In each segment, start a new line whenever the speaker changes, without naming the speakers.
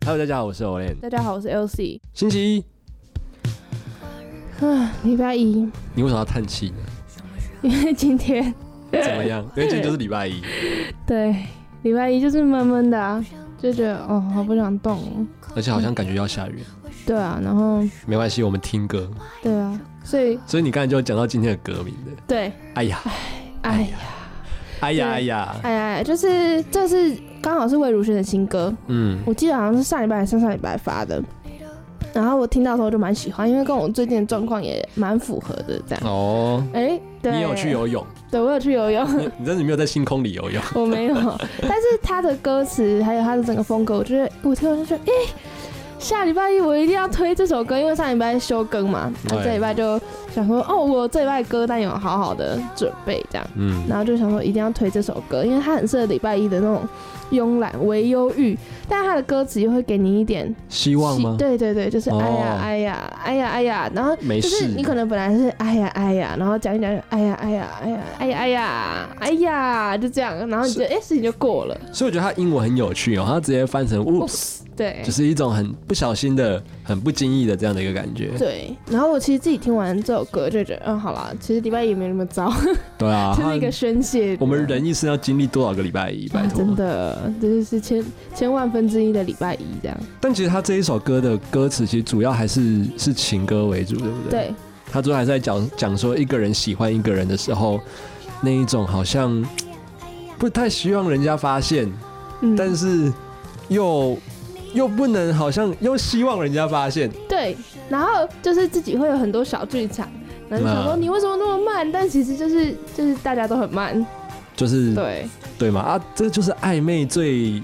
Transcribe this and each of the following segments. Hello，大家好，我是 Olen。
大家好，我是 LC。
星期一，
啊，礼拜一，
你为什么要叹气呢？
因为今天
怎么样？ 因为今天就是礼拜一，
对礼拜一就是闷闷的啊，就觉得哦，好不想动哦。
而且好像感觉要下雨。
对啊，然后
没关系，我们听歌。
对啊，所以
所以你刚才就讲到今天的歌名的。
对，
哎呀，
哎呀，
哎呀，
对
哎呀，
哎呀，就是这是刚好是魏如萱的新歌，
嗯，
我记得好像是上礼拜还是上上礼拜发的。然后我听到的时候就蛮喜欢，因为跟我最近的状况也蛮符合的，这样。
哦，
哎、对，
你有去？游泳？
对，我有去游泳。
你你真的没有在星空里游泳？
我没 有，但是他的歌词还有他的整个风格，我觉得我听完就觉得，哎、下礼拜一我一定要推这首歌，因为上礼拜休更嘛，那
对
这礼拜就想说，哦，我这礼拜歌单有好好的准备这样，
嗯，
然后就想说一定要推这首歌，因为它很适合礼拜一的那种慵懒、微忧郁，但它的歌词又会给你一点
希望吗？
对对对，就是哎
哦
呀哎呀哎呀哎呀，然后
没
就
事
是你可能本来是哎呀哎呀，然后讲一讲，哎呀哎呀哎呀哎呀哎呀哎呀，就这样，然后你觉得哎事情就过了，
所以我觉得它英文很有趣哦，它直接翻成 “oops”，
对
就是一种很不小心的、很不经意的这样的一个感觉。
对。然后我其实自己听完这首歌就觉得，嗯，好啦，其实礼拜一也没那么糟，
对 啊，
就是一个
它
宣泄。
我们人一生要经历多少个礼拜一？拜
啊
托，
真的，这就是千千万分之一的礼拜一这样。
但其实他这一首歌的歌词，其实主要还是是情歌为主，对不对？。
对
他主要还是在讲讲说一个人喜欢一个人的时候，那一种好像不太希望人家发现，
嗯，
但是又又不能好像又希望人家发现，
对，然后就是自己会有很多小剧场，然后就想说
嗯
你为什么那么慢？但其实就是就是大家都很慢，
就是
对，
对嘛啊，这就是暧昧最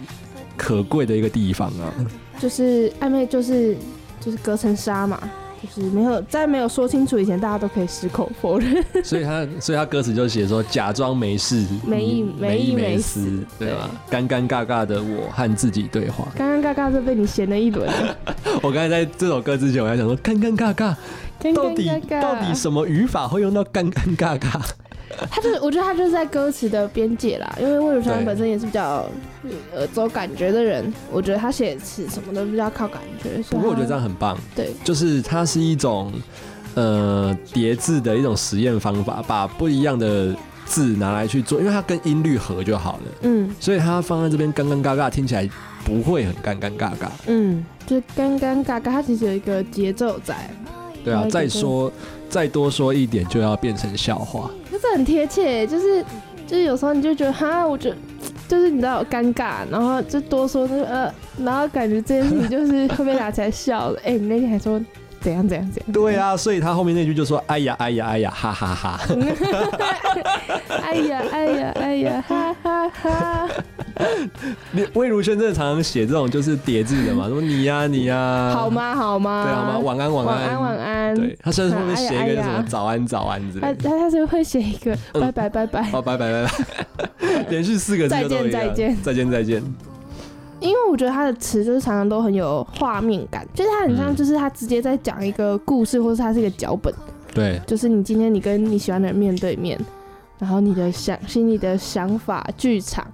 可贵的一个地方 啊。
就是暧昧就是就是隔层纱嘛，就是没有在没有说清楚以前，大家都可以矢口否认。
所以他所以他歌词就写说假装没事，嗯
没意
你
没意没事
思，对吧？尴尴尬尬的我和自己对话。
刚刚嘎嘎就被你闲了一轮了，
我刚才在这首歌之前，我还想说尴尴尬尬，
尴
到
尴
底
尬尬。
到底什么语法会用到尴尴尬尬？
他就是我觉得他就是在歌词的边界啦，因为魏如
对
萱本身也是比较呃走感觉的人，我觉得他写词什么都比较靠感觉。所
不
以
过我
他
觉得这样很棒，
对，
就是它是一种呃叠字的一种实验方法，把不一样的字拿来去做，因为它跟音律合就好了，
嗯
所以它放在这边尴尴尬尬，听起来不会很尴尴尬尬。
嗯，就是尴尴尬尬，他其实有一个节奏在，
对啊
了，解
再说再多说一点就要变成笑话。
可是很贴切，就是就是有时候你就觉得哈，我觉得。就是你知道尴尬，然后就多说那个呃，然后感觉这件事情就是会被拿起来笑的。哎、 你那天还说怎样怎样怎样？
对啊，所以他后面那句就说：“哎呀，哎呀，哎呀，哈哈哈
哎呀哎呀哎呀，哈哈 哈！
你魏如萱真的常常写这种就是叠字的嘛，什么你呀、你呀、
好？吗好吗？
对，好吗？晚安，晚
晚
安，
安晚安。
对，他甚至会不会写一
哎
个
呀
叫什
哎
么
呀
早安，早安之类
他
的？
他他是会写一个
嗯
拜拜拜拜，
哦，拜拜拜拜， 连续四个字就都一样
再见
再见再见。
因为我觉得他的词就是常常都很有画面感，就是他很像
嗯
就是他直接在讲一个故事，或是他是一个脚本。
对，
就是你今天你跟你喜欢的人面对面，然后你的想心里的想法、剧场，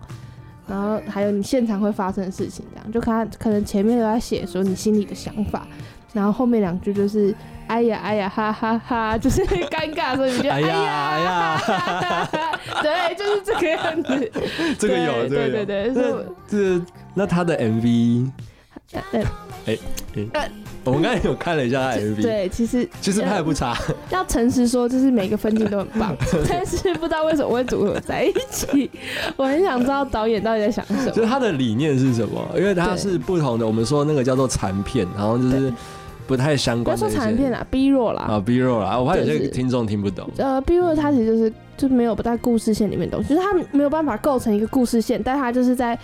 然后还有你现场会发生的事情，这样就看他可能前面都在写说你心里的想法，然后后面两句就是 哎呀哎呀哈哈哈，就是尴尬，所以你就
哎
哎
呀
呀
哎呀
哈哈哈， 对，就是这个样子。
这个
对
有，这个有。
对 对对所以
那
我
这那他的 MV，
呃
我们刚才有看了一下他的 MV，
对，其实
其实拍的不差。
要诚实说，就是每个分镜都很 棒，但是不知道为什么会组合在一起，我很想知道导演到底在想什
就是
么。
他的理念是什么？因为它
对
是不同的，我们说那个叫做残片，然后就是
对
不太相
不要
关的
说
一些
残片啦，B 弱啦，
啊 B roll 啦，我怕有
对
些
是
听众听不懂。
呃，B 弱它其实就是就没有不在故事线里面的东西，就是它没有办法构成一个故事线，但它就是在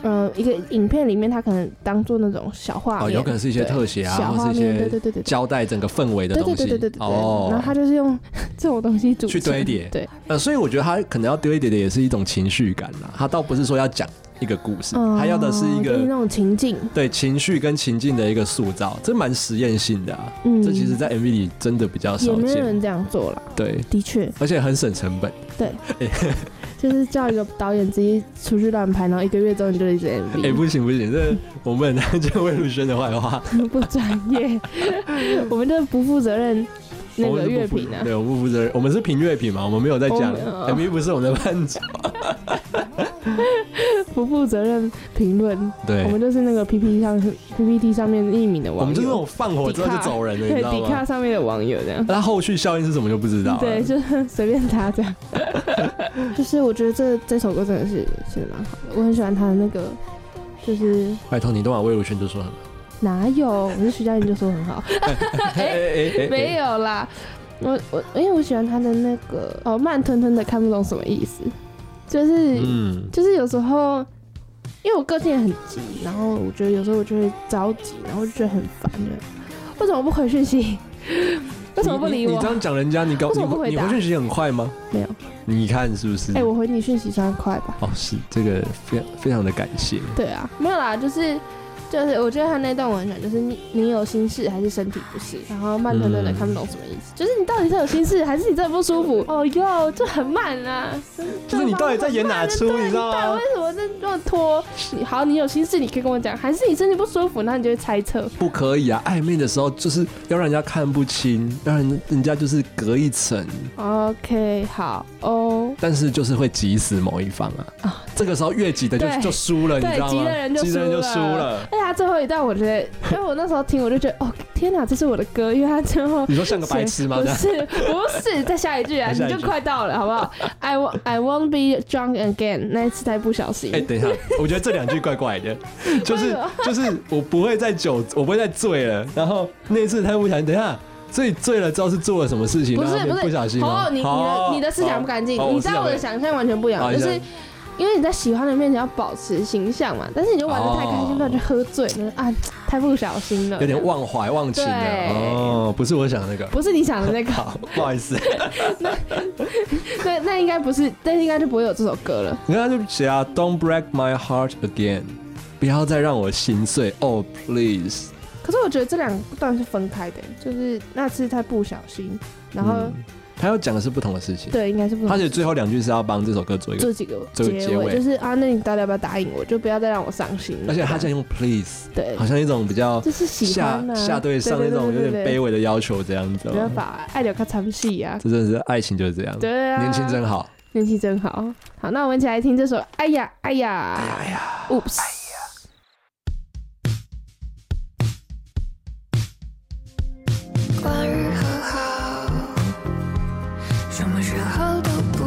呃一个影片里面，它可能当做那种小画
哦，
面，
有可能是一些
对
特写啊，
小
或
画
是一
面，对
些
对对对对。
交代整个氛围的
对
东
对
西。
对对对对，
哦，
然后他就是用 这种东西组
去堆
成
叠
对，
呃，所以我觉得他可能要丢一点点，也是一种情绪感啦。他倒不是说要讲一个故事，他要的是一
嗯就是那
个
种情境，
对情绪跟情境的一个塑造，这蛮实验性的啊。
嗯，
这其实，在 MV 里真的比较
也
少
没有
见，
人这样做了，
对，
的确，
而且很省成本。
对，就是叫一个导演直接出去乱拍，然后一个月之后你就一直
哎、
MV，、
不行不行，这我们 很这魏如萱的坏话，
不专 业，我们这不负责任那
我
个
们是不
乐
负
评啊。哦
对，我们不负责任，我们是评乐评嘛，我们没有在讲
我们
MV 不是我们的班长，
不负责任评论，
对
我，们就是那个 PPT 上 PPT 上面匿名的网友，
我们就是那种放火之后就走人了，你
对
知道
迪
吗
卡？上面的网友这样。
那它后续效应是什么就不知道 了。
对，就是随便他 这样。就是我觉得这这首歌真的是写的蛮好的，我很喜欢他的那个，就是
拜托你都把魏如萱就说很好，
哪有，我是徐佳莹就说很好，
哎哎 哎
啊没，有啦，我我因为我喜欢他的那个哦慢吞吞的看不懂什么意思，就是、
嗯，
就是有时候。因为我个性也很急，然后我觉得有时候我就会着急，然后就觉得很烦的。为什么不回讯息？ 为什么不
你
理
你
我
你这？样讲人家，你搞
为什
你
么不回
你
答
回讯息很快吗？
没有。
你看是不是？
哎、我回你讯息算快吧？
哦，是这个非非常的感谢。
对啊，没有啦，就是就是，我觉得他那段我很喜欢，就是你你有心事还是身体不适，然后慢吞吞的
嗯
看不懂什么意思，就是你到底是有心事还是你真的不舒服？哦哟，这很慢啊，
就是你到底在演哪出啊
对
你知道
对，
吗
为什么这这么拖？你好，你有心事你可以跟我讲，还是你身体不舒服，那你就会猜测。
不可以啊！暧昧的时候就是要让人家看不清，让人人家就是隔一层，
OK，好哦，
但是就是会急死某一方啊。
啊
这个时候越急的就
对
就输了，你
对
知道吗？
急的人就
急的人就
输
输
了
了。
哎呀，最后一段我觉得，因为我那时候听我就觉得，哦天哪，这是我的歌，因为他最后
你说像个白痴吗？
不
这样
是，不是，再下一句啊，
再下一
你
句
就快到了，好不好？I won't, I won't be drunk again。那一次太不小心。
哎、等一下，我觉得这两句怪怪的，就是
为
就是我不会再酒，我不会再醉了。然后那次他不小心，等一下，所以醉了之后是做了什么事情？
不是
然后
不是
不小心吗
哦，？你你
哦
的你的思想不干净
哦，
你知道我的
思
想象完全不一
哦
样，
你
就
想
是因为你在喜欢的面前要保持形象嘛，但是你就玩的太开
哦
心，不然就喝醉了啊，太不小心了，
有点。忘怀忘情了。
对
哦，不是我想的那个。
不是你想的那个，
好，不好意思。
那那应该不是，那应该就不会有这首歌了。
你看他就写啊，Don't break my heart again，不要再让我心碎哦、p l e a s
可是我觉得这两段是分开的，就是那次太不小心，
e
然后、
他要讲的是不同的事情，
对，应该是不同
而且最后两句是要帮这首歌做一个，
做几个
做
结
个
尾，
结尾
就是啊，那你到底要不要答应我？就不要再让我伤心了。
而且他这
这样
样用 please，
对
好，像一种比较
就是喜
下
欢啊，
下对上那种有点卑
微，
微的要求，这样子
没办
哦。
法啊，爱聊看唱戏啊。
这真的是爱情就是这样，
对啊，
年轻真好。
年轻真好。好，那我们一起来听这首《哎呀哎呀
哎呀，》
，Oops。
关于和好，什么时候都不